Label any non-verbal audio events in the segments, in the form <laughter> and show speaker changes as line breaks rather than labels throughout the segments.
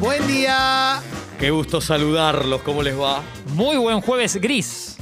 Buen día.
Qué gusto saludarlos, ¿cómo les va?
Muy buen jueves gris.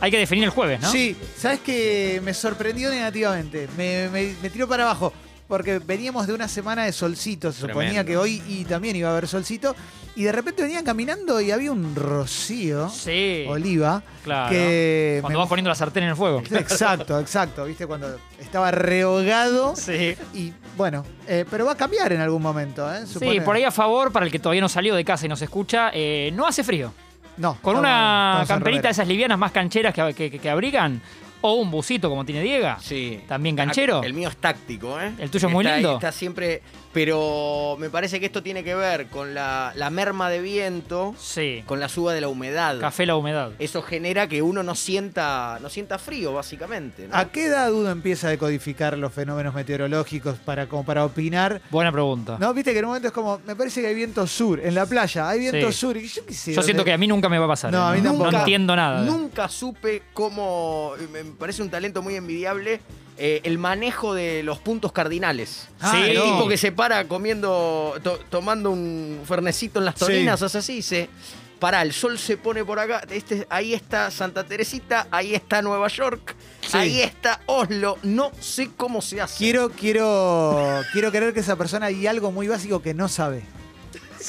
Hay que definir el jueves, ¿no?
Sí, sabes que me sorprendió negativamente. Me, me- me tiró para abajo. Porque veníamos de una semana de solcito, se suponía
Tremendo.
que hoy y también iba a haber solcito. Y de repente venían caminando y había un rocío,
Sí.
oliva,
Claro.
que...
Cuando
me-
vas poniendo la sartén en
<laughs>
el fuego.
Exacto, exacto. Viste, cuando estaba rehogado.
Sí.
Y bueno, eh, pero va a cambiar en algún momento, ¿eh?
Sí, por ahí a favor, para el que todavía no salió de casa y nos escucha, eh, no hace frío.
No.
Con una
estamos en
camperita de
remera.
esas livianas más cancheras que, que- que- que abrigan, o un busito como tiene Diega.
Sí.
También canchero.
El mío es táctico, ¿eh?
El tuyo es muy
Está ahí,
lindo.
está siempre. Pero me parece que esto tiene que ver con la, la merma de viento,
Sí.
con la suba de la humedad.
Café la humedad.
Eso genera que uno no sienta, no sienta frío, básicamente. ¿no?
¿A qué edad uno empieza a decodificar los fenómenos meteorológicos para, como para opinar?
Buena pregunta.
No, viste que en un momento es como, me parece que hay viento sur, en la playa, hay viento
Sí.
sur. Y yo qué sé,
Yo
o
siento que
sea,
a mí nunca me va a pasar.
No,
¿eh?
a mí tampoco.
No entiendo nada. eh.
Nunca supe cómo. Me parece un talento muy envidiable. eh, el manejo de los puntos cardinales.
Ah,
Sí.
El
no.
tipo que se para comiendo, to- tomando un fernecito en las
Sí.
toninas, hace así, dice, pará, el sol se pone por acá, este, ahí está Santa Teresita, ahí está Nueva York,
Sí.
ahí está Oslo, no sé cómo se hace.
Quiero, quiero, quiero creer que esa persona hay algo muy básico que no sabe.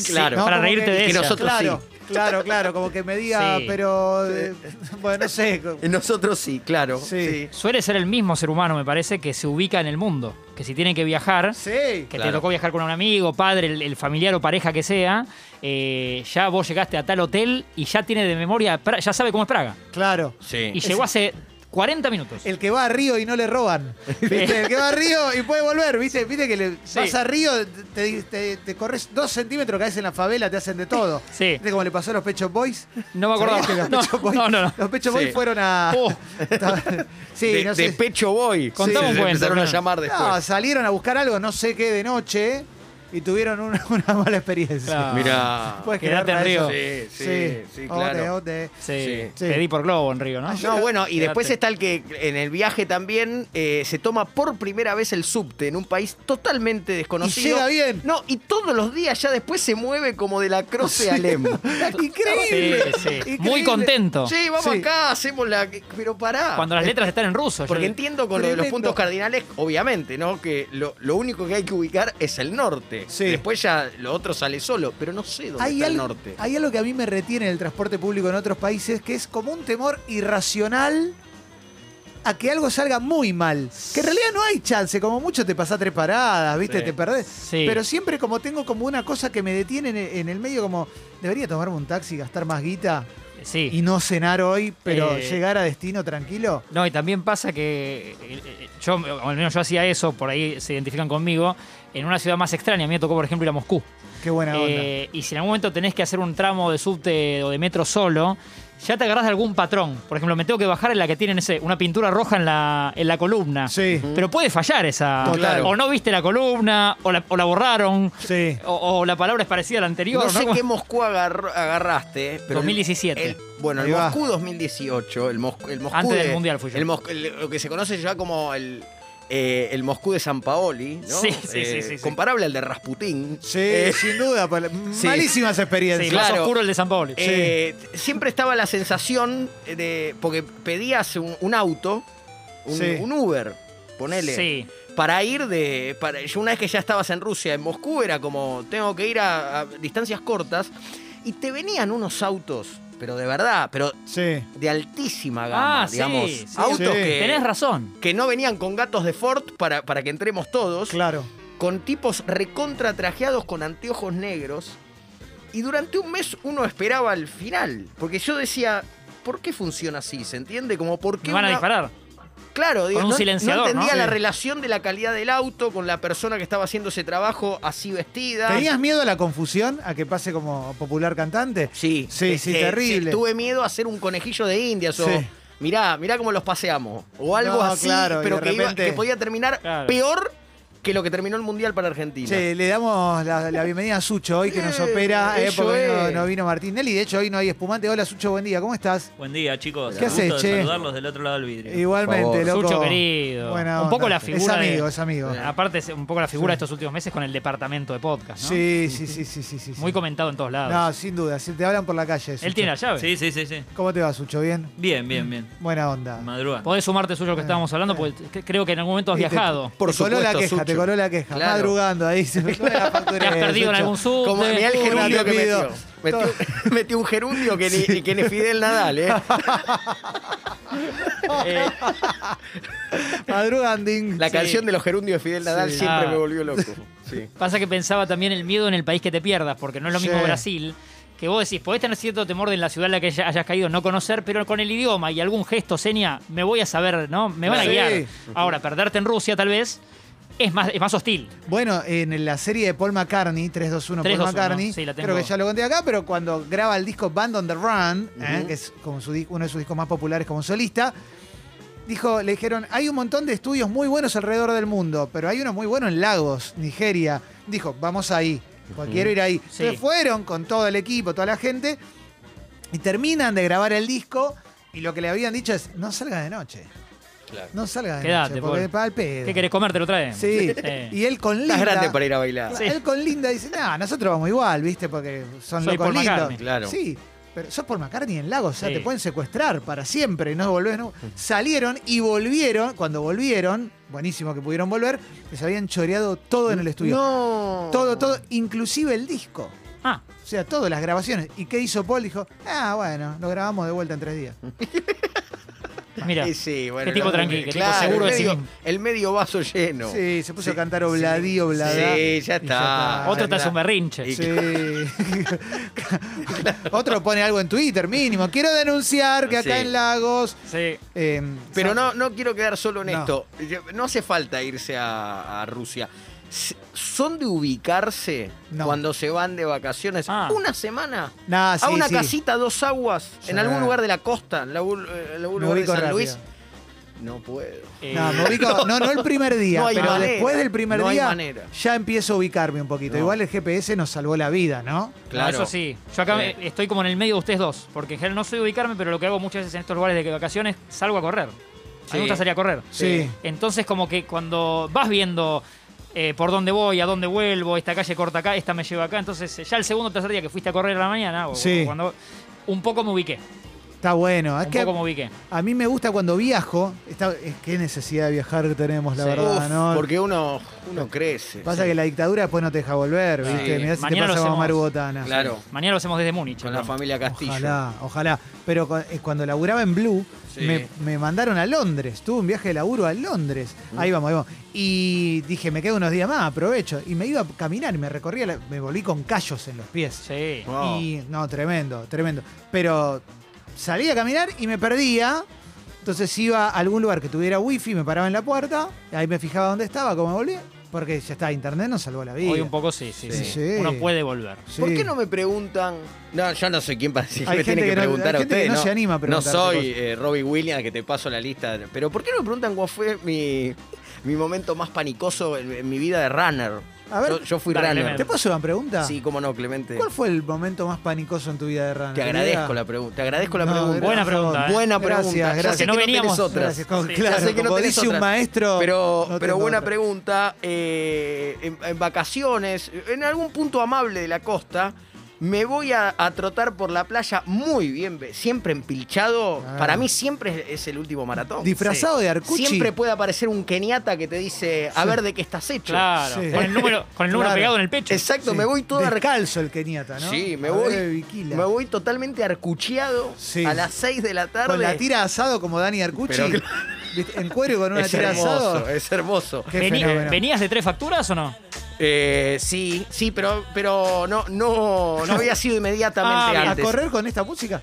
claro.
¿no?
Para
Como
reírte
que-
de
que
ella.
nosotros
claro, claro, claro, como que me diga,
Sí.
pero eh, bueno, no sé. co-
Nosotros sí, claro.
Sí.
sí.
Suele ser el mismo ser humano, me parece, que se ubica en el mundo. Que si tiene que viajar,
Sí.
que
Claro.
te tocó viajar con un amigo, padre, el, el familiar o pareja que sea, eh, ya vos llegaste a tal hotel y ya tiene de memoria, Pra- ya sabe cómo es Praga.
Claro.
Y llegó hace 40 minutos.
El que va a Río y no le
<laughs>
roban. ¿Viste? El que va a Río y puede volver. ¿Viste? ¿Viste que le
Sí.
vas a Río, te, te- te corres dos centímetros, caes en la favela, te hacen de todo?
Sí.
¿Viste cómo le pasó a los Pecho Boys?
No me acordaba.
¿Sabías que los
<laughs> No,
Pecho Boys,
no, no, Oh. no.
Los Pecho Boys
Sí.
fueron a. <laughs> sí,
de,
no
de
sé.
pecho voy.
Contame un
se
cuento,
empezaron a
claro.
llamar
No,
después.
salieron a buscar algo, no sé qué, de noche y tuvieron una, <laughs> una mala experiencia.
Claro.
Mirá.
<laughs> Puedes
Quedate
creerla
en
eso.
Río.
Sí, sí, sí, claro.
Ote, ote.
Sí,
Sí.
Sí.
Pedí por globo en Río, ¿no?
No, bueno, y
Quédate.
después está el que en el viaje también eh, se toma por primera vez el subte en un país totalmente desconocido.
Y llega
<laughs>
bien.
No, y todos los días ya después se mueve como de la croce a Lem.
Increíble.
Sí, sí. Muy
Increíble.
contento.
Sí, vamos
Sí. Eh,
acá, hacemos la. Pero pará. Eh,
Cuando las letras están en ruso.
Porque
yo-
entiendo con lo de los
Tremendo.
puntos cardinales, obviamente, ¿no? Que lo, lo único que hay que ubicar es el norte.
Sí.
Después ya lo otro sale solo, pero no sé dónde
Hay
está el
algo,
norte.
hay algo que a mí me retiene el transporte público en otros países, que es como un temor irracional a que algo salga muy mal. Que en realidad no hay chance, como mucho te pasás tres paradas, ¿viste?
Sí.
Te perdés.
Sí.
Pero siempre como tengo como una cosa que me detiene en, en el medio, como debería tomarme un taxi, gastar más guita
Sí.
y no cenar hoy, pero
Eh.
llegar a destino tranquilo.
No, y también pasa que eh, eh, yo, o al menos yo hacía eso, por ahí se identifican conmigo, en una ciudad más extraña. A mí me tocó, por ejemplo, ir a Moscú.
Qué buena onda.
Eh, y si en algún momento tenés que hacer un tramo de subte o de metro solo, ya te agarrás de algún patrón. Por ejemplo, me tengo que bajar en la que tienen ese, una pintura roja en la, en la columna.
Sí.
Pero puede fallar esa.
Total.
O no viste la columna, o la, o la borraron,
Sí.
o, o la palabra es parecida a la anterior.
No
¿no?
sé
Como-
qué Moscú agarr- agarraste. Pero el-
2017.
el- bueno, el
Ahí va.
Moscú 2018. El Moscú, el Moscú
Antes del
de-
Mundial fui yo.
el Moscú- el- lo que se conoce ya como el, eh, el Moscú de San Paoli, ¿no?
Sí, sí,
Eh,
sí, sí, sí.
Comparable al de Rasputín.
Sí,
Eh,
sin duda. pal-
sí.
Malísimas
<laughs> Sí,
experiencias.
más
claro.
oscuro el de San Pablo.
eh, Siempre estaba la sensación eh, de. Porque pedías un, un auto, un,
Sí.
un Uber, ponele.
Sí.
Para ir de. Para, yo una vez que ya estabas en Rusia, en Moscú, era como. Tengo que ir a, a distancias cortas. Y te venían unos autos, pero de verdad, pero
Sí.
de altísima gama,
Ah, sí,
digamos.
sí.
Autos
Sí.
Que,
Tenés razón.
que no venían con gatos de Ford para, para que entremos todos,
Claro.
con tipos recontra trajeados con anteojos negros. Y durante un mes uno esperaba el final, porque yo decía, ¿por qué funciona así? ¿Se entiende? Como por qué
Me van a
una-
disparar.
Claro, digo,
un
no,
silenciador,
no entendía
¿no?
la
Sí.
relación de la calidad del auto con la persona que estaba haciendo ese trabajo así vestida.
¿Tenías miedo a la confusión? ¿A que pase como popular cantante?
Sí,
Sí, sí,
Este,
terrible.
tuve miedo a hacer un conejillo de indias o
Sí.
mirá, mirá cómo los paseamos. O algo
No,
así,
claro, y
pero
de
que, iba-
repente-
que podía terminar
Claro.
peor que lo que terminó el Mundial para Argentina.
Che, le damos la, la bienvenida a Sucho hoy que nos
Eh,
opera, eh,
ello
porque no,
es.
no vino Martinelli. De hecho, hoy no hay espumante. Hola, Sucho, buen día, ¿cómo estás?
Buen día, chicos.
¿Qué
Un
haces,
gusto de
che?
saludarlos del otro lado del vidrio.
Igualmente,
favor.
loco.
Sucho querido.
Buena
un poco
onda.
la figura.
Es
de- Eh,
amigo, es amigo.
Aparte, es un poco la figura de estos últimos meses con el departamento de podcast. ¿no?
Sí, sí, sí, sí, sí, sí. sí.
Muy comentado en todos lados.
No, sin duda, si te hablan por la calle. Sucho.
Él tiene la llave.
Sí, sí, sí, sí.
¿Cómo te va, Sucho? ¿Bien?
Bien, bien, bien.
Buena onda.
Madruga.
Ah. Podés sumarte suyo a lo que estábamos hablando, porque cre- creo que en algún momento has
Sí, Eh, te-
viajado.
Este, Te
Por
coló la
supuesto,
queja, te
Sucho.
coló la queja.
Claro.
Madrugando ahí. Se me coló la factura,
Te has perdido en
Sucho.
algún sub.
Como mirá el
Una
gerundio
te
que
pido.
metió. Metió, metió <laughs> un gerundio que ni, que ni Fidel
<laughs>
Nadal, ¿eh?
Eh,
Madruganding.
La canción de los gerundios de Fidel Nadal
Sí.
siempre
Ah.
me
<laughs>
volvió loco. Sí.
Pasa que pensaba también el miedo en el país que te pierdas, porque no es lo mismo
Sí.
Brasil, que vos decís, podés tener cierto temor de en la ciudad en la que ya hayas caído no conocer, pero con el idioma y algún gesto, seña, me voy a saber, ¿no? Me van a
Sí.
guiar. Ahora, perderte en Rusia tal vez es más, es más hostil.
Bueno, en la serie de Paul McCartney, 321 Paul
321,
McCartney,
sí, la tengo.
creo que ya lo conté acá, pero cuando graba el disco Band on the Run, ¿eh? que es como su di- uno de sus discos más populares como solista, dijo, le dijeron, hay un montón de estudios muy buenos alrededor del mundo, pero hay uno muy bueno en Lagos, Nigeria. Dijo, vamos ahí, pues quiero ir ahí.
Sí.
Se fueron con todo el equipo, toda la gente, y terminan de grabar el disco, y lo que le habían dicho es, no salga de noche.
Claro.
No salga de
Quedate,
noche, porque
Paul.
para el pedo.
¿Qué querés comer? Te lo traen.
Sí.
Eh,
Y él con Linda.
Estás grande para ir a bailar.
Claro,
Sí.
Él con Linda dice, no, nosotros vamos igual, ¿viste? Porque son
Soy
locos
Paul
lindos.
McCartney.
Claro.
Sí, pero sos por McCartney en Lago, o sea,
Sí.
te pueden secuestrar para siempre, no volvés. no. Salieron y volvieron, cuando volvieron, buenísimo que pudieron volver, les habían choreado todo en el estudio.
No.
Todo, todo, inclusive el disco.
Ah,
O sea, todas las grabaciones. ¿Y qué hizo Paul? Dijo, ah, bueno, lo grabamos de vuelta en tres días.
mira.
Sí, sí, bueno,
Qué tipo
no,
tranqui, qué tipo
claro,
seguro
el
de sí
medio,
mismo.
El medio vaso lleno.
Sí, se puso
Sí,
a cantar obladí, obladá.
Sí,
está.
ya está.
Otro te
la-
hace un berrinche.
Y-
Sí. <laughs> Otro pone algo en Twitter, mínimo. Quiero denunciar que acá
Sí.
en Lagos.
Sí.
eh,
Pero
son-
no, no quiero quedar solo en
No.
esto. Yo- No hace falta irse a, a Rusia. S- ¿Son de ubicarse
No.
cuando se van de vacaciones?
Ah.
¿Una semana?
Nah,
a
sí,
una
sí.
casita, dos aguas, en
Sí.
algún lugar de la costa, en algún, eh, en algún
Me
lugar de
ubico
San
rápido.
Luis. No puedo.
Eh,
No, me ubico- no, no el primer día,
No hay
pero
manera,
después del primer
no hay
día
manera.
ya empiezo a ubicarme un poquito.
No.
Igual el GPS nos salvó la vida, ¿no?
No, Eso sí. Yo acá
Sí.
me- estoy como en el medio de ustedes dos, porque en general no soy de ubicarme, pero lo que hago muchas veces en estos lugares de vacaciones, salgo a correr. A mí me
Sí.
gusta salir a correr.
Sí.
Entonces, como que cuando vas viendo eh, por dónde voy, a dónde vuelvo, esta calle corta acá, esta me lleva acá, entonces eh, ya el segundo o tercer día que fuiste a correr a la mañana, o-
Sí. Ah,
o cuando, un poco me ubiqué.
Está bueno. Es
un
que
poco me ubiqué.
a mí me gusta cuando viajo. Está, es qué necesidad de viajar que tenemos, la
Sí.
verdad,
Uf,
¿no?
Porque uno, uno crece.
Pasa que la dictadura después no te deja volver,
Sí.
¿viste? Mirá si
Mañana
te
lo
pasa con
hacemos.
Maru Botana.
Claro,
Mañana lo hacemos desde Múnich.
con la
¿no?
familia Castillo.
Ojalá, ojalá. Pero cu- eh, cuando laburaba en Blue,
Sí.
me, me mandaron a Londres. Tuve un viaje de laburo a Londres.
Mm.
Ahí vamos, ahí vamos. Y dije, me quedo unos días más, aprovecho. Y me iba a caminar y me recorría, la- me volví con callos en los pies.
Sí.
Wow.
Y no, tremendo, tremendo. Pero salía a caminar y me perdía. Entonces iba a algún lugar que tuviera wifi, me paraba en la puerta, ahí me fijaba dónde estaba, cómo volvía, porque ya está, internet nos salvó la vida.
Hoy un poco sí, sí,
Sí.
sí.
Sí.
Uno puede volver.
Sí.
¿Por qué no me preguntan? No, yo no soy quien para decir,
Hay
me
gente
tiene que,
que no-
preguntar
hay
a
gente que
usted.
no se anima a
No
preguntarte
soy
cosas.
eh, Robbie Williams, que te paso la lista. Pero ¿por qué no me preguntan cuál fue mi, mi momento más panicoso en, en mi vida de runner?
A ver,
yo, yo fui
dale,
runner.
Clemente.
¿Te puedo hacer una pregunta?
Sí, cómo no, Clemente.
¿Cuál fue el momento más panicoso en tu vida de runner?
Te agradezco la pregunta. Te agradezco la pregunta.
Buena pregunta, ¿eh?
Buena
Gracias,
pregunta. Ya sé
gracias.
que
No
tenés
veníamos-
otras.
Gracias, como-
Sí.
claro,
Ya sé que no
como
tenés
dice un
otras.
maestro.
Pero,
no
pero
tengo
buena
otra.
pregunta. eh, en, en vacaciones, en algún punto amable de la costa, me voy a, a trotar por la playa muy bien, ve- siempre empilchado.
Ah.
Para mí siempre es, es el último maratón.
Disfrazado de Arcucci.
Siempre puede aparecer un keniata que te dice, a
Sí.
ver de qué estás hecho.
Claro.
Sí.
Con el número, con el número
Claro.
pegado en el pecho.
Exacto,
Sí,
me voy todo arca-
Descalzo el keniata, ¿no?
Sí, me
A ver,
voy,
de Viquila.
me voy totalmente arcucheado
Sí.
a las 6 de la tarde.
Con la tira asado como Dani Arcucci.
Pero
¿Viste? En cuero y con una
es
tira asado.
hermoso, es hermoso.
Qué
Vení-
fenómeno.
¿Venías de tres facturas o no?
Eh, sí, sí, pero, pero no,
<laughs>
no, no había sido inmediatamente
Ah, ¿A
antes.
correr con esta música?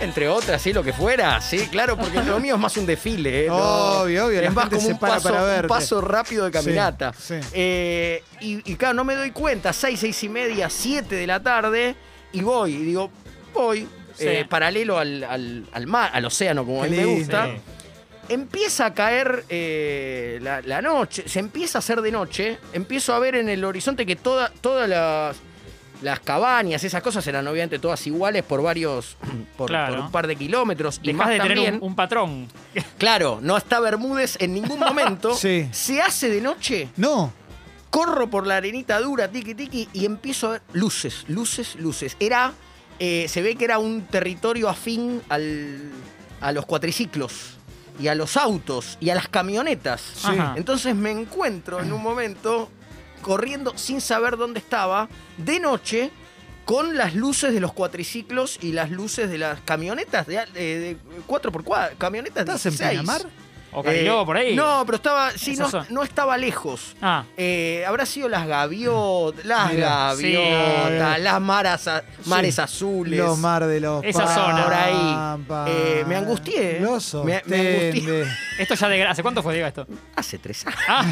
Entre otras, sí, lo que fuera, sí, claro, porque lo mío es más un desfile. ¿eh? No,
Obvio, obvio, la
Es más
gente
como
se
un,
para
paso,
para
un
verte.
paso rápido de caminata.
Sí, sí.
Eh, y, y claro, no me doy cuenta, 6, 6 y media, 7 de la tarde, y voy, y digo, voy,
Sí.
eh, paralelo al, al, al mar, al océano, como a
Qué
mí me
lindo.
gusta. Empieza a caer eh, la, la noche, se empieza a hacer de noche, empiezo a ver en el horizonte que toda- todas las, las cabañas, esas cosas eran obviamente todas iguales por varios, <clears throat> por,
Claro.
por un par de kilómetros. y
Dejás
más
de tener
también,
un, un patrón.
Claro, no está Bermúdez en ningún momento.
Sí.
Se hace de noche,
No.
corro por la arenita dura, tiqui tiqui, y empiezo a ver luces, luces, luces. Era, eh, se ve que era un territorio afín al, a los cuatriciclos y a los autos y a las camionetas.
Ajá.
Entonces me encuentro en un momento corriendo sin saber dónde estaba, de noche, con las luces de los cuatriciclos y las luces de las camionetas de, al- eh, de 4x4, camionetas de
¿Estás en
16.
Pinamar?
O Cariló,
Eh,
por ahí.
No, pero estaba, sí,
Esa
no,
zona.
no estaba lejos.
Ah,
Eh, habrá sido las gaviotas, las
Mirá.
gaviotas,
Sí.
las maras a- mares azules.
Los mar de los
Esa zona.
Por ahí.
Pampas.
Eh, me angustié, ¿eh?
Los
Me- me angustié. <laughs>
sostendes.
esto ya de gra- ¿Hace cuánto fue, Diego, esto?
Hace tres años.
Ah,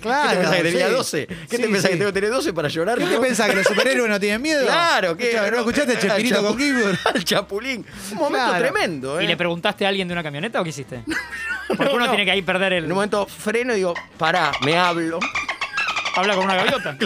Claro.
¿Qué te pensás que
sí.
tenía 12? ¿Qué te
Sí,
pensás
sí.
que tengo que tener 12 para llorar?
¿Qué
<laughs> yo?
te pensás? ¿Que los superhéroes no tienen miedo?
Claro, que
¿No escuchaste a Chespirito con Gilbert?
Al Chapulín. Un momento
Claro.
tremendo, ¿eh?
¿Y le preguntaste a alguien de una camioneta o
<laughs>
qué hiciste? Porque uno
no.
tiene que ahí perder
en
el.
un momento freno y digo, pará, me hablo.
Habla con
<laughs>
una gaviota.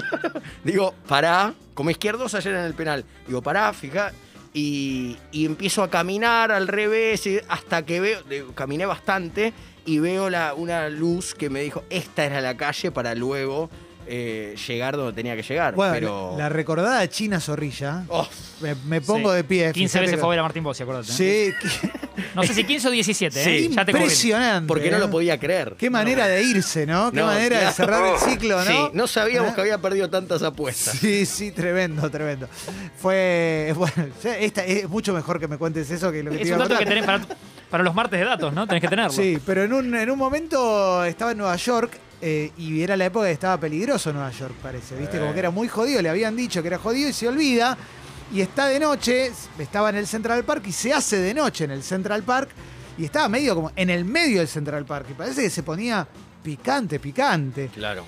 Digo, pará, como izquierdos ayer en el penal. Digo, pará, fija. Y, y empiezo a caminar al revés y hasta que veo, digo, caminé bastante y veo la, una luz que me dijo, esta era la calle para luego eh, llegar donde tenía que llegar.
<laughs> Bueno,
Pero...
la recordada China Zorrilla. <laughs>
Oh,
Me, me pongo
Sí.
de pie.
15
fíjate
veces
que-
fue a ver a Martín Bossi, acuérdate. ¿eh?
Sí,
No sé si 15 o 17,
qué-
¿eh? Ya te corrí.
impresionante.
<laughs> porque no
¿eh?
lo podía creer.
Qué manera de irse, ¿no? Qué
No,
manera de
claro.
cerrar el ciclo, ¿no?
Sí, no sabíamos
¿Eh?
que había perdido tantas apuestas.
Sí, sí, tremendo, tremendo. Fue. Bueno, ya esta, es mucho mejor que me cuentes eso que lo que te
Es
iba
un
a
dato que
contar.
tenés para, para los martes de datos, ¿no? Tenés que tenerlo.
Sí, pero en un, en un momento estaba en Nueva York eh, y era la época que estaba peligroso Nueva York, parece. ¿Viste? Como que era muy jodido, le habían dicho que era jodido y se olvida. Y está de noche, estaba en el Central Park y se hace de noche en el Central Park y estaba medio como en el medio del Central Park y parece que se ponía picante, picante.
Claro.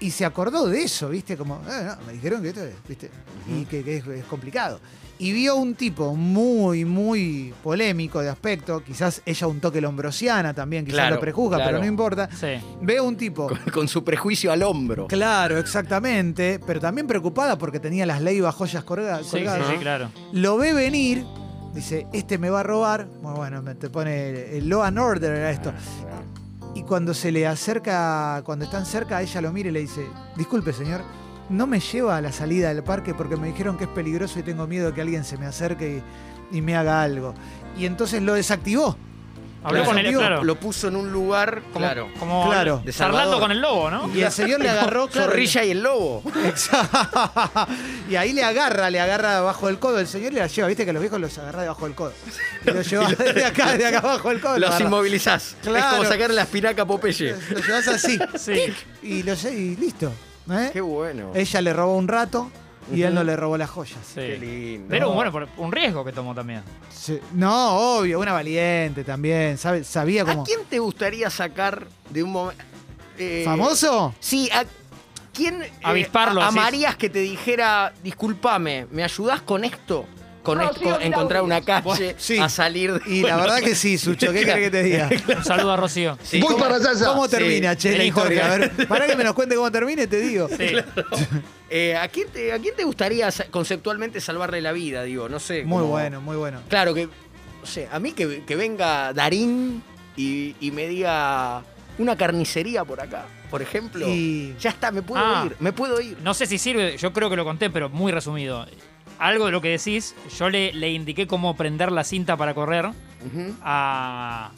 Y se acordó de eso, ¿viste? Como, "Ah, no, me dijeron que esto es, ¿viste? Y que, que es, es complicado. Y vio un tipo muy, muy polémico de aspecto, quizás ella un toque lombrosiana también, quizás
Claro,
lo prejuzga, pero
claro.
no importa.
Sí.
Veo un tipo,
Con, con su prejuicio al hombro.
claro, exactamente, pero también preocupada porque tenía las leivas joyas colga- colgadas.
Sí, sí, sí, claro.
Lo ve venir, dice, este me va a robar. Bueno, bueno, me- te pone el- el Law and Order era esto. Y cuando se le acerca, cuando están cerca, ella lo mira y le dice, disculpe señor, no me lleva a la salida del parque porque me dijeron que es peligroso y tengo miedo que alguien se me acerque y, y me haga algo. Y entonces lo desactivó.
Habló
Claro.
con el.
Amigo,
Claro.
Lo puso en un lugar,
Como,
claro.
como
Claro.
De
charlando
Salvador.
con el lobo, ¿no?
Y el señor le agarró... claro,
Zorrilla y el lobo.
Exacto. <laughs> Y ahí le agarra, le agarra debajo del codo el señor y la lleva. Viste que a los viejos los agarra debajo del codo. <laughs> Y los lleva de acá, de acá abajo del codo. lo
Los
agarra.
inmovilizás. Es
Claro.
como sacar la espinaca a Popeye.
Lo llevas
<laughs>
así.
Sí.
Y, lo lle- y listo. ¿eh?
Qué bueno.
Ella le robó un rato y él no le robó las joyas.
Sí.
Qué lindo.
Pero bueno, por un riesgo que tomó también.
Sí. No, obvio, una valiente también. sabe- sabía
¿A
cómo.
quién te gustaría sacar de un momento?
¿Famoso?
Sí, ¿a quién? eh,
Avisparlo,
A, a
sí.
Marías que te dijera, discúlpame, ¿me ayudás con esto? Con esto, encontrar una calle,
sí.
a salir. de-
Y la verdad que sí, Sucho, ¿qué querés que te
<laughs>
diga?
Un saludo a Rocío.
Sí,
¿Cómo-
¿cómo-
¿Cómo
Sí.
termina, che, la
Vení,
historia? A
Jorge.
ver, para que me nos cuente cómo termine, te digo.
Sí.
Eh, ¿a, quién te, ¿A quién te gustaría sa- conceptualmente salvarle la vida? Digo, no sé.
Muy
como-
bueno, muy bueno.
Claro, que. No sé, a mí que, que venga Darín y, y me diga una carnicería por acá, por ejemplo.
Y-
Ya está, me puedo
Ah.
ir, me puedo ir.
No sé si sirve, yo creo que lo conté, pero muy resumido. Algo de lo que decís, yo le, le indiqué cómo prender la cinta para correr
Ujú.
a.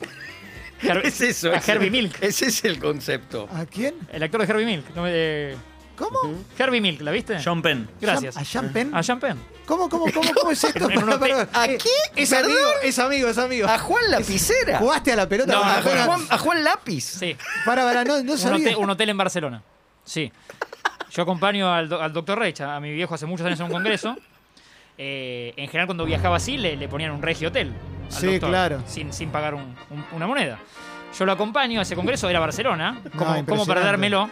<laughs>
Her-
<laughs> Es eso.
A
es-
Herbie Milk.
Ese es el concepto.
¿A quién?
El actor de Herbie Milk. no me- eh,
¿Cómo?
Herbie Milk, ¿la viste?
John Penn.
Gracias.
¿A Champen?
A Sean Penn.
¿Cómo, cómo, cómo, cómo es
<laughs>
esto?
En una
Pará, pará.
¿A qué?
Es
¿Perdón?
amigo, es amigo, es amigo.
A Juan Lapicera.
¿Jugaste a la pelota?
No,
con
a,
la pena?
Juan, a Juan Lápiz.
Sí.
Para, para, no, no
Un
sabía.
hotel, un hotel en Barcelona. Sí. Yo acompaño al, do- al doctor Reich, a, a mi viejo hace muchos años en un congreso. Eh, en general, cuando viajaba así, le, le ponían un regio hotel. al
Sí,
doctor,
claro.
Sin, sin pagar un- un- una moneda. Yo lo acompaño a ese congreso, era Barcelona. ¿Cómo,
impresionante.
cómo perdérmelo?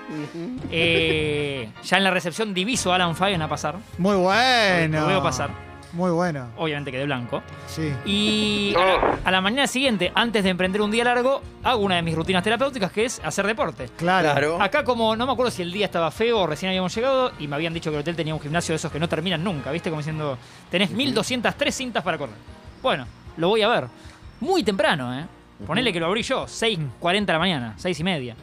Eh, ya en la recepción diviso a Alan Fagan a pasar.
Muy bueno.
Lo veo pasar.
Muy bueno.
obviamente quedé blanco.
Sí.
Y a la, a la mañana siguiente, antes de emprender un día largo, hago una de mis rutinas terapéuticas que es hacer deporte.
Claro.
Claro.
Acá como no me acuerdo si el día estaba feo o recién habíamos llegado y me habían dicho que el hotel tenía un gimnasio de esos que no terminan nunca, ¿viste? Como diciendo, tenés 1203 cintas para correr. Bueno, lo voy a ver. Muy temprano, ¿eh? Ponele que lo abrí yo, 6.40 de la mañana, 6 y media.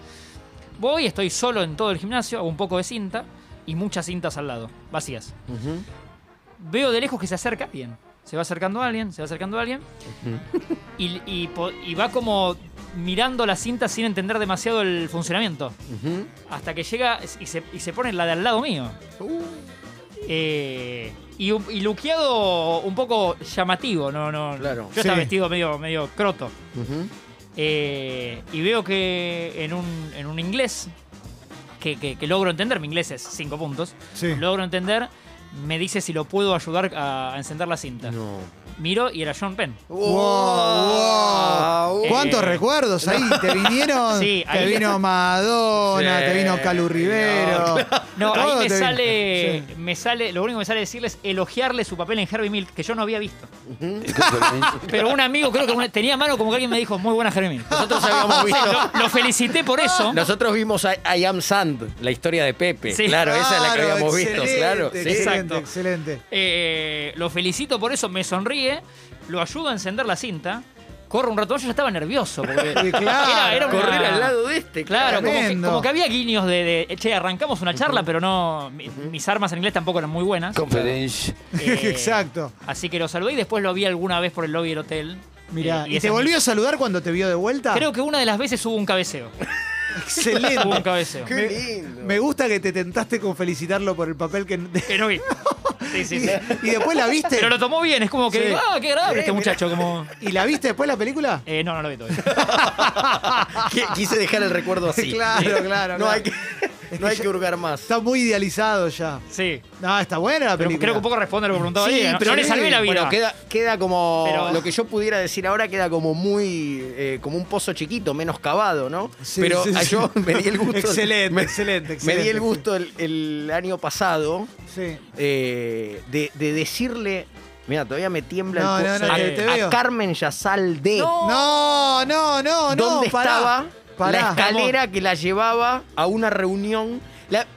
Voy, estoy solo en todo el gimnasio, hago un poco de cinta y muchas cintas al lado, vacías.
Ujú.
Veo de lejos que se acerca alguien. Se va acercando alguien, se va acercando alguien. y, y po- y va como mirando la cinta sin entender demasiado el funcionamiento.
Ujú.
Hasta que llega y se, y se pone en la de al lado mío.
Uh.
Eh, y, un- y luqueado un poco llamativo, ¿no? no
Claro.
Yo estaba
Sí.
vestido medio, medio croto.
Ujú.
Eh, y veo que en un, en un inglés, que, que- que logro entender, mi inglés es cinco puntos,
Sí.
logro entender, me dice si lo puedo ayudar a, a encender la cinta.
No.
Miro y era John Penn.
Oh.
Wow, wow.
Eh,
¿Cuántos recuerdos ahí? ¿Te vinieron?
<laughs> Sí,
te
ahí-
vino Madonna,
Sí,
te vino Calu Rivero.
No,
Todo
ahí me
te vino.
sale,
Sí.
me sale, lo único que me sale decirles elogiarle su papel en Harvey Milk, que yo no había visto.
Ujú.
Pero un amigo creo que una- tenía mano como que alguien me dijo, muy buena Harvey Milk.
Nosotros <laughs> habíamos visto.
Lo, lo felicité por eso.
Nosotros vimos I, I Am Sand, la historia de Pepe.
Sí.
Claro, esa es la que
Claro,
habíamos visto,
excelente,
claro. sí.
Excelente,
Exacto.
excelente.
Eh, lo felicito por eso, me sonríe, lo ayudo a encender la cinta, corro un rato, yo ya estaba nervioso. Porque
Y claro,
era, era una-
Ah, Correr al lado de este,
Claro, como que,
Tremendo.
como que había guiños de, de, che, arrancamos una charla, pero no, mi- mis armas en inglés tampoco eran muy buenas.
Conference.
Eh,
<laughs> <laughs> Exacto.
Así que lo saludé y después lo vi alguna vez por el lobby del hotel.
Mirá,
Eh,
¿y
ese
te
es mi-
volvió a saludar cuando te vio de vuelta?
Creo que una de las veces hubo un cabeceo.
Excelente.
Hubo un
<laughs>
cabeceo.
Qué
lindo.
Me gusta que te tentaste con felicitarlo por el papel que.
Que no vi. Sí, sí, sí.
<laughs> y después la viste.
Pero lo tomó bien, es como que,
Sí.
ah, qué grave este muchacho, como...
¿Y la viste después la película?
Eh, no, no lo vi todavía.
Qui- Quise dejar el recuerdo <laughs> así.
<laughs>
Claro, claro.
No
claro.
hay que, no hay que hurgar más.
Está muy idealizado ya.
Sí.
No, está buena la
Pero
película.
creo que un poco responde a lo que preguntaba
Sí,
ella. No,
pero
No le
sí.
salvé la vida.
Bueno, queda, queda como.
Pero-
Lo que yo pudiera decir ahora queda como muy. eh, como un pozo chiquito, menos cavado, ¿no?
Sí,
Pero
sí,
a-
sí.
yo me di el gusto.
Excelente,
me-
excelente,
Me di
excelente,
el gusto el, el año pasado
Sí.
eh, de, de decirle. Mira, todavía me tiembla
No,
el
no,
pulso.
no,
a,
te- te
a
veo.
Carmen Yazalde.
No, no, no, no.
¿Dónde
pará.
estaba
Pará.
la escalera que la llevaba a una reunión? La-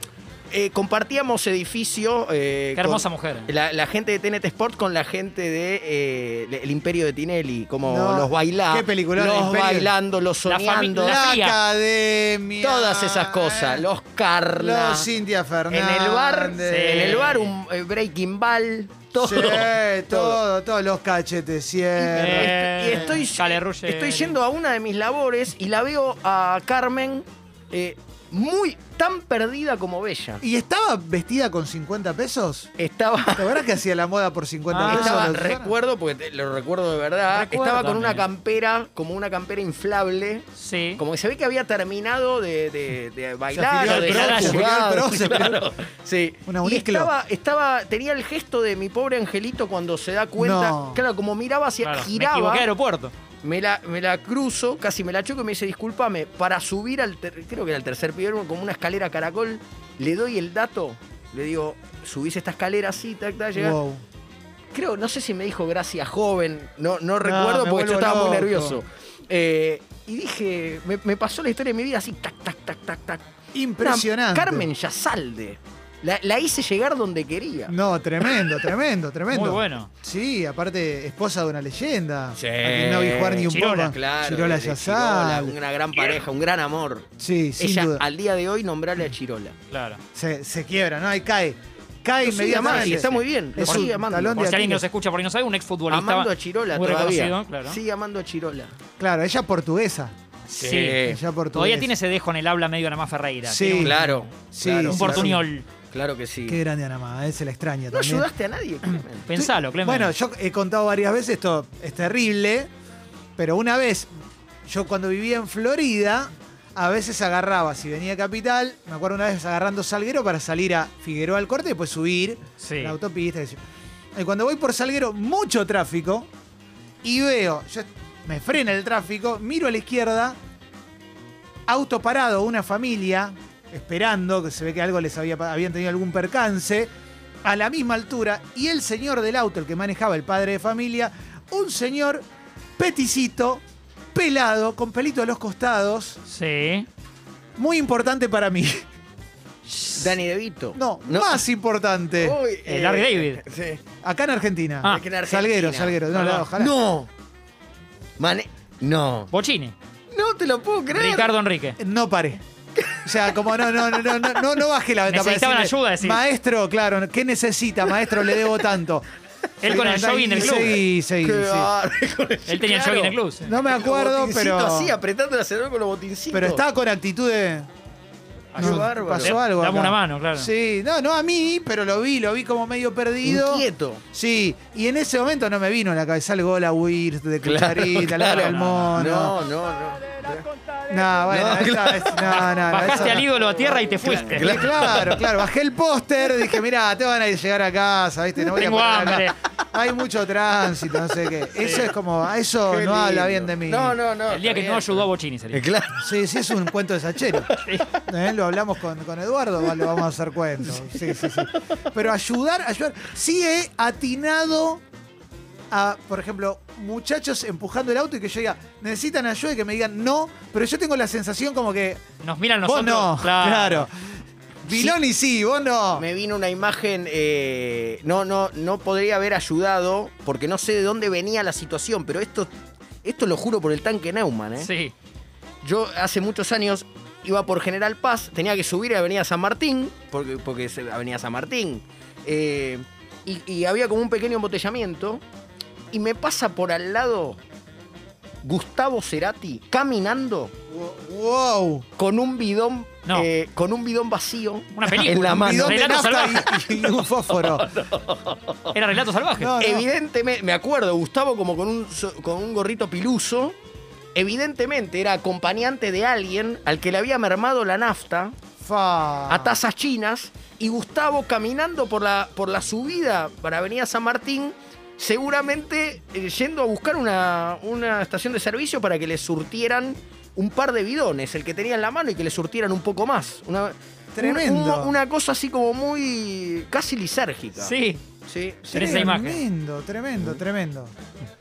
eh, compartíamos edificio. eh,
Qué hermosa mujer.
La, la gente de TNT Sport con la gente de eh, de El Imperio de Tinelli, como
No,
los bailá,
qué peliculón, El
los
Imperio.
bailando, los
La fami-
soñando,
la-
La
Fía.
academia.
todas esas cosas, los Carla,
Los Cintia
en
Fernández.
el bar, en el bar
Sí,
un eh, Breaking Ball, todo.
todo, todos los cachetes cierres.
Eh,
Este, Y estoy,
Cale Ruggeri.
estoy yendo a una de mis labores y la veo a Carmen eh, muy tan perdida como bella.
¿Y estaba vestida con 50 pesos?
Estaba,
¿Te acuerdas que hacía la moda por 50
Ah,
pesos? la
estaba
Susana?
recuerdo, porque te- lo recuerdo de verdad,
Recuerdo
estaba con una
también.
campera, como una campera inflable.
Sí.
Como que se ve que había terminado de, de- de bailar,
afilió
o
al
de
pro,
ser
se
afilió al
juzgado,
pro, se afilió-
<laughs> claro. Sí.
Una
y
uniclo.
estaba, estaba, tenía el gesto de mi pobre angelito cuando se da cuenta.
No.
Claro, como miraba hacia,
Claro, Me
giraba,
equivoqué de
me,
aeropuerto.
la, me la cruzo, casi me la choco y me dice, discúlpame, para subir al, ter- creo que era el tercer piso, era como una escalera caracol, le doy el dato, le digo, subís esta escalera así, tac, tac, llegás.
Wow.
Creo, no sé si me dijo gracias joven, no, no
No,
recuerdo
Ah, me
porque yo
vuelvo
estaba muy
loco.
nervioso. Eh, y dije, me, me pasó la historia de mi vida así, tac, tac, tac, tac, tac.
Impresionante.
Una Carmen Yazalde. La, la hice llegar donde quería.
No, tremendo, tremendo, tremendo.
Muy bueno.
Sí, aparte, esposa de una leyenda.
Sí.
A quien no vi jugar ni un
Chirola,
poco. Chirola
desde
Yazal.
Chirola, una gran pareja, un gran amor.
Sí, sin
Ella,
duda.
al día de hoy, nombrarle a Chirola.
Claro.
Se, se quiebra, ¿no? Ahí cae. Cae
Lo sigue
inmediatamente.
amando y está muy bien. Lo
Es
sigue
un
amando.
talón de
Por si alguien que
Aquiles.
nos escucha por ahí no sabe, un exfutbolista.
Amando a Chirola
muy
todavía.
reconocido, claro.
Sigue amando a Chirola.
Claro, ella portuguesa.
Sí.
Ella portuguesa.
Todavía tiene ese dejo en el habla medio Anamá Ferreira.
Sí.
Tiene un-
Claro.
Sí,
claro,
Un
sí,
portuñol.
Claro que sí.
Qué grande Ana Má, eh, se la extraña
No
también.
ayudaste
<clears throat>
a nadie, Clemen.
Pensalo, Clemente.
Bueno, yo he contado varias veces, esto es terrible, pero una vez, yo cuando vivía en Florida, a veces agarraba, si venía a Capital, me acuerdo una vez agarrando Salguero para salir a Figueroa al corte y después subir
Sí.
la autopista. qué sé yo. Y cuando voy por Salguero, mucho tráfico, y veo, yo- me frena el tráfico, miro a la izquierda, auto parado, una familia, esperando, que se ve que algo les había, pa- habían tenido algún percance, a la misma altura y el señor del auto, el que manejaba el padre de familia, un señor peticito, pelado, con pelito a los costados,
Sí. Eh,
muy importante para mí. <laughs>
Danny DeVito.
No, más importante.
Uy,
Eh, Larry David.
Sí.
Acá en Argentina.
Ah.
Es que en Argentina-
Salguero, Salguero. No,
Perdón.
no, ojalá.
No. Mane- no.
Bochini.
No te lo puedo creer.
Ricardo Enrique.
No paré. O sea, como no, no, no, no, no, no, no bajé la ventana. para
Necesitaban
decirle,
ayuda, decís.
Maestro, claro, ¿qué necesita, maestro? Le debo tanto.
<laughs> Él con el jogging del
del
club.
Sí, sí,
Qué
sí.
barrio, con el-
Él tenía
claro.
el jogging en el club. sí.
No me acuerdo,
Los
pero.
botincitos así, apretando la cerveza con los botincitos.
Pero estaba con actitud de.
Qué
no,
bárbaro.
pasó algo.
Dame
acá.
una mano, claro.
Sí, no, no a mí, pero lo vi, lo vi como medio perdido.
Inquieto.
Sí, y en ese momento no me vino a la cabeza el gol a Wirt de
Claro,
Cucharita, la
claro.
del mono.
No, no, no.
No, bueno,
No,
esa es- no, no, no,
Bajaste
esa-
al ídolo a tierra y te fuiste.
Claro, claro, bajé el póster, dije, mira, te van a llegar a casa, ¿viste? No voy
Tengo
a parar
hambre.
acá. Hay mucho tránsito, no sé qué. Eso es como, a eso
Qué
no habla
lindo.
bien de mí.
No, no, no.
El día que
está
no
bien.
ayudó a Bochini
Eh,
sería.
Claro.
Sí, sí, es un cuento de Sachero.
Sí.
¿Eh? Lo hablamos con, con Eduardo, va- lo vamos a hacer cuento. Sí, sí, sí. Pero ayudar, ayudar. Sí he atinado a, por ejemplo, muchachos empujando el auto y que yo diga, necesitan ayuda y que me digan no, pero yo tengo la sensación como que,
Nos miran
vos
nosotros.
no, claro. Viloni sí, vos no.
Me vino una imagen, eh, no, no, no podría haber ayudado, porque no sé de dónde venía la situación, pero esto, esto lo juro por el tanque Neumann, ¿eh?
Sí.
Yo hace muchos años iba por General Paz, tenía que subir a Avenida San Martín, porque, porque es Avenida San Martín, eh, y, y había como un pequeño embotellamiento, y me pasa por al lado Gustavo Cerati caminando
Wow.
con un bidón,
No.
eh, con un bidón vacío
Una
en
película.
la mano.
Bidón de
Relato
nafta y, y un
<laughs>
fósforo.
Era relato salvaje.
No, no.
Evidentemente, me acuerdo, Gustavo como con un, so- con un gorrito piluso, evidentemente era acompañante de alguien al que le había mermado la nafta
Fa.
a tazas chinas y Gustavo caminando por la, por la subida para Avenida San Martín, seguramente eh, yendo a buscar una, una estación de servicio para que le surtieran un par de bidones, el que tenía en la mano y que le surtieran un poco más. Una, un-
Tremendo.
un- una cosa así como muy casi lisérgica.
Sí.
Sí, sí.
Tenés esa imagen. Mm.
Tremendo, tremendo, tremendo.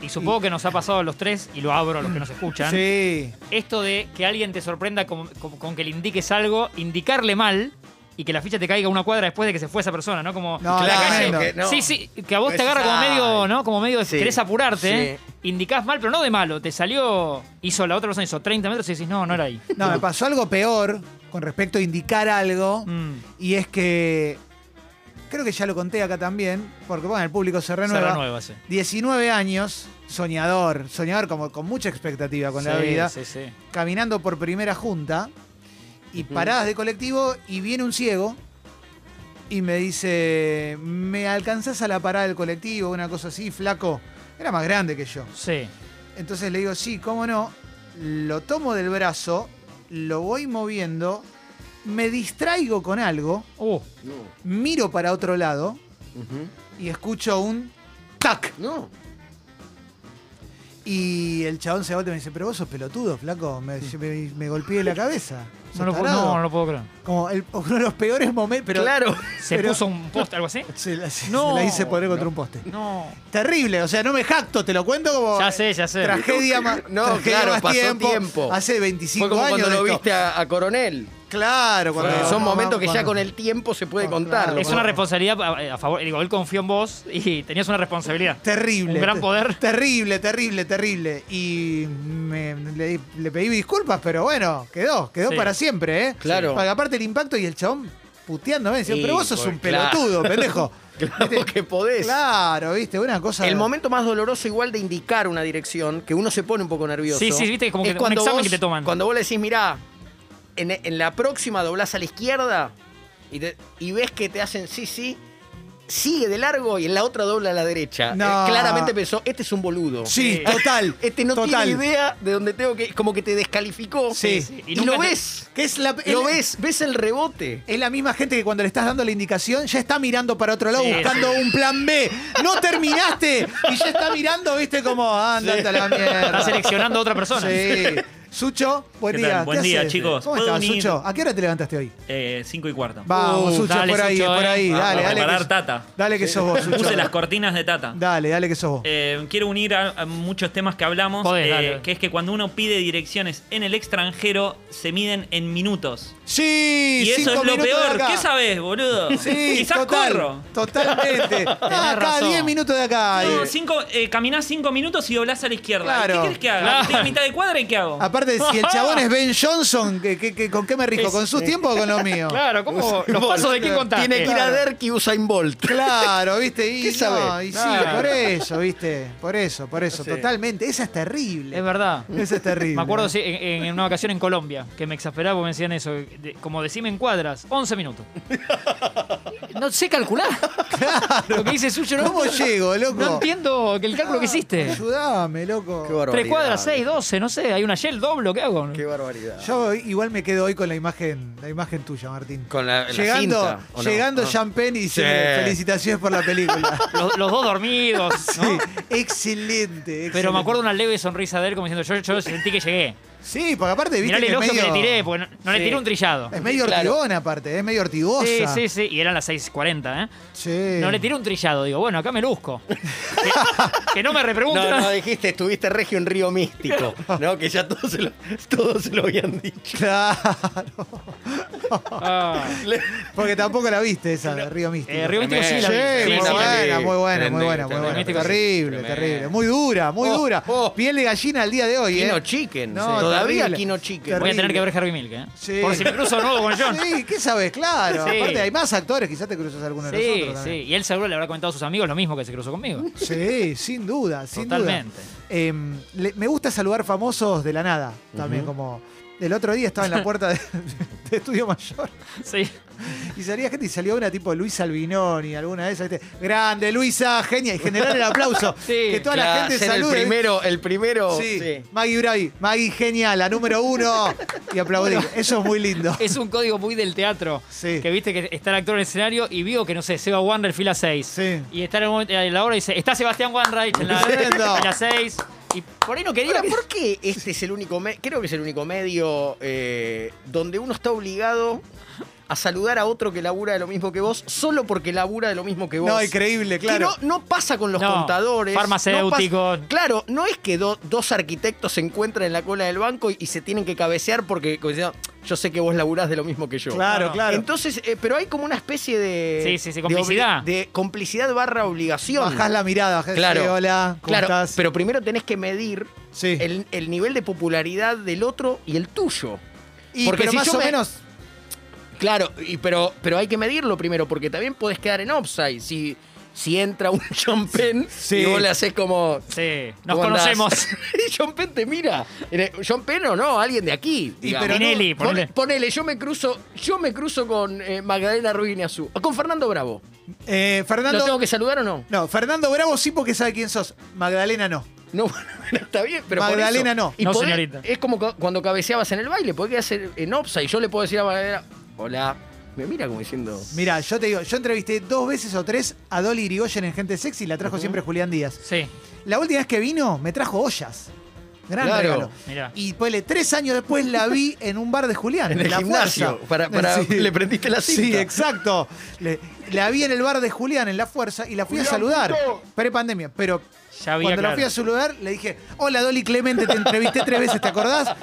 Y supongo que nos ha pasado a los tres, y lo abro a los que nos escuchan.
Sí.
Esto de que alguien te sorprenda con, con- con que le indiques algo, indicarle mal y que la ficha te caiga una cuadra después de que se fue esa persona, ¿no? Como
No,
en la
tremendo.
calle.
Que no.
Sí, sí, que a vos
Que
te agarra como
decís,
medio,
"Ay".
¿no? Como medio de
Sí,
querés apurarte,
sí.
¿eh? indicás mal, pero no de malo. Te salió, hizo la otra persona, hizo 30 metros y decís, no, no
<laughs>
era ahí.
No, me pasó algo peor con respecto a indicar algo.
Mm,
Y es que. Creo que ya lo conté acá también. Porque bueno, el público se
se
renueva.
renueva, sí.
19 años, soñador, soñador como con mucha expectativa con la
Sí,
vida,
Sí, sí.
caminando por primera junta y
Ujú.
paradas de colectivo y viene un ciego y me dice, "¿Me alcanzás a la parada del colectivo?" una cosa así, flaco. Era más grande que yo.
Sí.
Entonces le digo, sí, cómo no. Lo tomo del brazo, lo voy moviendo, me distraigo con algo,
Uh,
No.
miro para otro lado
Ujú.
y escucho un tac.
No.
Y el chabón se voltea y me dice, pero vos sos pelotudo, flaco. Me, me- me golpeé la cabeza.
no,
¿Sos
lo, puedo-
tarado?".
no, no lo puedo creer.
Como el- <laughs> uno de los peores momentos, pero
claro.
¿Se
Pero-
puso un post, algo así?
se, la, se
No.
la hice poner contra un poste.
No.
Terrible, o sea, no me jacto, te lo cuento como...
Ya sé, ya sé.
Tragedia más,
<laughs> No,
tragedia
claro,
más
pasó
tiempo.
tiempo.
Hace 25
Fue como
años.
cuando
de
lo
esto.
viste a, a Coronel.
Claro, cuando
Porque son
no,
momentos que ya
cuando-
con el tiempo se puede
Oh,
contar.
claro.
Es una responsabilidad a, a favor. Digo, él confió en vos y tenías una responsabilidad.
Terrible.
Un gran
te-
poder.
Terrible, terrible, terrible. Y me- le, le pedí disculpas, pero bueno, quedó, quedó
Sí.
para siempre, ¿eh?
Claro.
Porque aparte el impacto y el chabón puteándome, decía,
Y,
pero vos sos
por-
un
claro.
pelotudo,
<laughs>
pendejo.
<laughs> Claro que podés.
Claro, viste, una cosa.
El momento más doloroso igual de indicar una dirección, que uno se pone un poco nervioso.
Sí, sí, viste, como que un examen que te toman.
Cuando vos le decís, mirá, en, en la próxima doblás a la izquierda y, te- y ves que te hacen sí, sí, sigue de largo y en la otra dobla a la derecha.
No.
Eh, claramente pensó, este es un boludo.
Sí,
Sí.
total.
Este no
total.
tiene idea de dónde tengo que... Como que te descalificó.
Sí.
Sí, sí.
Y,
Y
lo
nunca te-
ves.
Que es la,
Lo
es-
ves, ves el rebote.
Es la misma gente que cuando le estás dando la indicación ya está mirando para otro lado
Sí,
buscando un plan B. No terminaste y ya está mirando, viste, como ándate "Ah, a la mierda.
Está seleccionando a otra persona.
Sí. Sucho, buen
¿Qué
día.
tal? Buen
¿Qué
día,
haces?
chicos.
¿Cómo
¿Puedo
estás,
unir?
Sucho? ¿A qué hora te levantaste hoy?
Eh, cinco y cuarto.
Vamos,
Uh,
Sucho,
dale,
por ahí,
Sucho,
por
eh.
ahí.
Ah,
dale, pues.
a
dale.
preparar
que-
Tata.
Dale que sos vos, Sucho.
<laughs> Puse las cortinas de Tata.
Dale, dale que sos vos.
Eh, quiero unir a, a muchos temas que hablamos,
Podés,
eh,
dale.
que es que cuando uno pide direcciones en el extranjero, se miden en minutos.
Sí,
Y eso
cinco
es lo
minutos de
peor.
acá.
¿Qué sabes, boludo?
<laughs> Sí,
<laughs> Quizás
total,
corro. <laughs>
Totalmente. Ah, acá,
razón.
10 minutos de acá.
No,
Eh,
cinco, eh, caminás cinco minutos y doblás a la izquierda.
Claro.
¿Qué querés que haga?
Claro.
Estoy a mitad de cuadra y qué hago?
Aparte, si el chabón es Ben Johnson, ¿qué- qué- qué- con qué me rijo? ¿Con sus tiempos o con los
<laughs>
míos?
Claro, ¿cómo? ¿Los
Ah,
pasos de quién contaste?
Tiene que ir a
Claro.
Derk y Usain Bolt.
Claro, ¿viste? Y
¿Qué
no,
sabe?
y sí,
Claro.
por eso, ¿viste? Por eso, por eso, totalmente. Esa es terrible.
Es verdad.
Esa es terrible.
Me acuerdo sí, en, en una vacación en Colombia, que me exasperaba porque me decían eso. de- como decime en cuadras, 11 minutos. No sé calcular. Lo que dice suyo, no,
¿Cómo llego, loco?
no entiendo que el cálculo que hiciste.
Ayudame, loco.
Qué barbaridad.
Tres cuadras, seis, doce, no sé. Hay una shell doble, ¿qué hago?
Qué barbaridad.
Yo igual me quedo hoy con la imagen, la imagen tuya, Martín.
Con la- la
llegando,
cinta, ¿o no?
llegando
Ah.
Champagne y diciendo, felicitaciones por la
<laughs>
película.
Los, los dos dormidos,
Sí,
¿no?
excelente,
Pero me
excelente.
acuerdo una leve sonrisa de él como diciendo, yo, yo sentí que llegué.
Sí, porque aparte
Mirá
viste
el
que es
elogio
medio,
que le tiré, porque no, no le
Sí.
tiré un trillado.
es medio
Claro.
ortigón aparte, es medio ortigosa.
Sí, sí, sí. Y eran las 6.40, ¿eh?
Sí.
No le tiré un trillado, digo, bueno, acá me luzco. que, que no me
<laughs>
repreguntan.
No, no, dijiste, estuviste regio en Río Místico, ¿no? Que ya todos se lo, todos se lo habían dicho.
<laughs> Claro,
Ah,
porque tampoco la viste esa de Río Místico.
eh, Río Místico sí la vi.
Sí,
Sí,
muy,
sí, la
buena, muy buena,
vi.
muy
Tremendo,
buena, muy buena.
tremendo.
Terrible,
Tremendo.
terrible. Muy dura, muy
Oh,
dura.
oh.
Piel de gallina al día de hoy,
Kino
¿eh?
Chicken.
No,
Todavía
terrible.
Kino Chicken.
Terrible.
Voy a tener que ver Harvey Milk, ¿eh?
Sí.
Por si me cruzo de nuevo con John.
Sí, ¿qué sabes? Claro.
Sí.
Aparte, hay más actores, quizás te cruzas alguno de
Sí,
nosotros.
sí.
también.
Y él seguro le habrá comentado a sus amigos lo mismo que se
<laughs>
cruzó conmigo.
Sí, sin duda, sin
Totalmente.
duda. Em, le- me gusta saludar famosos de la nada, también como... El otro día estaba en la puerta de, <laughs> de Estudio Mayor
Sí.
y salía gente y salió una tipo Luis Albinoni, alguna de esas. ¿viste? Grande, Luisa, genia, y generar el
<laughs>
aplauso.
Sí,
que toda la
Claro,
gente
ser
salude.
El primero, el primero.
Sí.
¿eh? sí.
Maggie Bravi, Maggie genial, la número uno. Y aplaudir. Eso es muy
<laughs>
lindo.
Este,
Es un código muy del teatro.
Sí.
Que viste que está el actor en el escenario y vio que, no sé, Seba Wander fila 6.
Sí.
Y está en, el momento, en la hora y dice, está Sebastián Wanreich
<laughs>
en la
Tremendo.
fila 6. Y por ahí no quería...
Ahora,
que- <laughs>
¿por qué este es el único medio, creo que es el único medio eh, donde uno está obligado a saludar a otro que labura de lo mismo que vos, solo porque labura de lo mismo que vos?
No, increíble,
Que
claro.
no, no pasa con los
No,
contadores. no
farmacéuticos.
pasa- claro, no es que do- dos arquitectos se encuentran en la cola del banco y, y se tienen que cabecear porque como decía, yo sé que vos laburás de lo mismo que yo.
Claro,
No.
claro.
Entonces, eh, pero hay como una especie de.
Sí, sí, sí,
de
complicidad.
obli- De, complicidad barra obligación.
Bajás la mirada, bajás
Claro.
sí, hola, ¿cómo
claro,
estás?
pero primero tenés que medir
sí.
el, el nivel de popularidad del otro y el tuyo.
y,
porque
pero
si
más
yo
o
me-
menos.
Claro, y, pero, pero hay que medirlo primero, porque también podés quedar en offside. Si, si entra un <laughs> John Penn
Sí.
y vos le haces como.
Sí, nos
¿cómo andás?
conocemos.
<laughs> y John Penn te mira. Era, John Penn o no, alguien de aquí.
<laughs>
digamos.
pero no-
Minelli,
Pon-
ponele.
ponele. yo me cruzo, yo me cruzo con eh, Magdalena Ruiz Niazú. Con Fernando Bravo.
eh,
¿Lo
Fernando.
tengo que saludar o no?
No, Fernando Bravo sí porque sabe quién sos. Magdalena no.
No, <laughs> está bien, pero por
Magdalena
eso-
no.
No,
podés-
señorita.
Es como cu- cuando cabeceabas en el baile, podés hacer en offside. Yo le puedo decir a Magdalena, hola. Me mira como diciendo.
Mira, yo te digo, yo entrevisté dos veces o tres a Dolly Irigoyen en Gente Sexy y la trajo siempre Julián Díaz.
Sí,
La última vez que vino, me trajo ollas. Gran
Claro.
regalo.
mirá.
Y ponele, tres años después la vi en un bar de Julián.
<laughs> En el
La
gimnasio,
Fuerza.
para- para- le prendiste
<laughs>
la
Sí,
cinta.
exacto. Le- la vi en el bar de Julián, en La Fuerza, y la fui a saludar. Pre-pandemia. Pero
Ya había,
cuando la
claro.
fui a saludar, le dije, hola Dolly Clemente, te entrevisté tres veces, ¿te
<laughs>
acordás?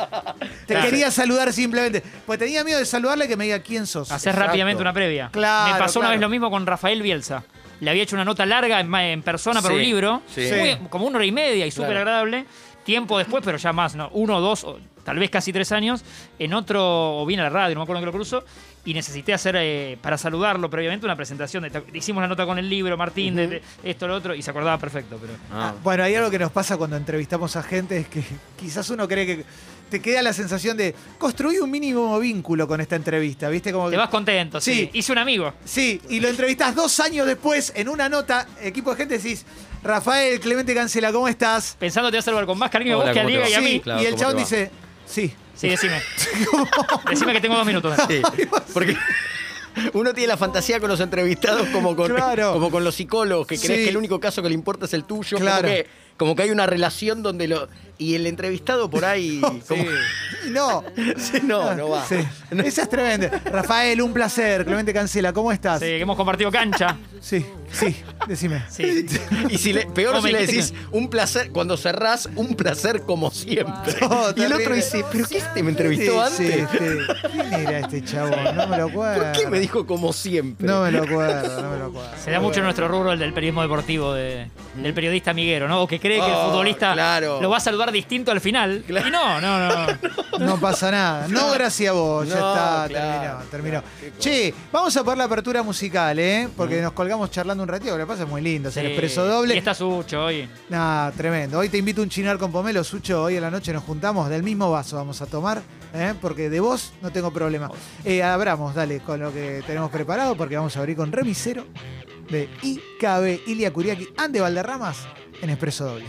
Te
Claro.
quería saludar simplemente. Pues tenía miedo de saludarle que me diga quién sos.
Hacer
Exacto.
rápidamente una previa.
Claro,
Me pasó una
claro.
vez lo mismo con Rafael Bielsa. Le había hecho una nota larga en, ma- en persona para
Sí,
un libro,
sí.
muy- como una hora y media y súper
Claro.
agradable. Tiempo después, pero ya más, ¿no? uno, dos, o tal vez casi tres años, en otro, o vine a la radio, no me acuerdo en qué lo cruzo, y necesité hacer, eh, para saludarlo previamente, una presentación. de- te- hicimos la nota con el libro, Martín, de, de esto, lo otro, y se acordaba perfecto. Pero
Ah, Bueno, hay algo que nos pasa cuando entrevistamos a gente, es que <laughs> quizás uno cree que te queda la sensación de construir un mínimo vínculo con esta entrevista, ¿viste? Como
te
que-
vas contento, sí.
Sí.
Hice un amigo.
Sí, y lo entrevistás dos años después en una nota, equipo de gente, decís, Rafael Clemente Cancela, ¿cómo estás?
Pensando te vas a saludar con más cariño a
Hola,
vos que a
¿cómo te
Diego
va?
y a
Sí,
mí.
Claro,
y el
¿cómo
chabón
te va?
dice, sí.
Sí, decime. decime que tengo dos minutos.
Sí, porque <laughs> uno tiene la fantasía con los entrevistados como con,
Claro.
como con los psicólogos, que crees
Sí.
que el único caso que le importa es el tuyo. como
Claro.
que Como que hay una relación donde lo. Y el entrevistado por
<laughs>
ahí. como-
Y No. Ah,
Sí, <laughs> no, no va.
Sí. Esa es tremenda. Rafael, un placer. Clemente Cancela, ¿cómo estás?
Sí, que hemos compartido cancha.
sí, sí, decime.
Sí.
Y si le- peor
No,
si
me
le
dijiste
decís un placer, cuando cerrás, un placer como siempre.
No,
y el otro
terrible.
dice, ¿pero qué este me
Sí,
entrevistó
sí,
antes?
este, ¿Quién era este chabón? No me lo acuerdo.
¿Por qué me dijo como siempre?
No me
<laughs>
lo acuerdo, no me lo acuerdo.
Se da mucho en nuestro rubro el del periodismo deportivo, de- del periodista amiguero, ¿no? O que cree que el
Mm. Oh,
futbolista
claro.
lo va a saludar distinto al final.
Claro.
Y no, no, no. no.
No pasa nada. No, gracias a vos. ya
No,
está,
claro,
terminó, terminó.
claro, qué cosa.
che, vamos a poner la apertura musical, ¿eh? Porque nos colgamos charlando un ratito, que la pasa es muy lindo. Es el expreso doble.
eh, Y está Sucho hoy.
Nah, tremendo. Hoy te invito a un chinar con pomelo, Sucho. Hoy en la noche nos juntamos, del mismo vaso vamos a tomar, ¿eh? porque de vos no tengo problema. Eh, abramos, dale, con lo que tenemos preparado, porque vamos a abrir con remisero de IKB, Ilia Curiaki, Ande Valderramas, en Expreso Doble.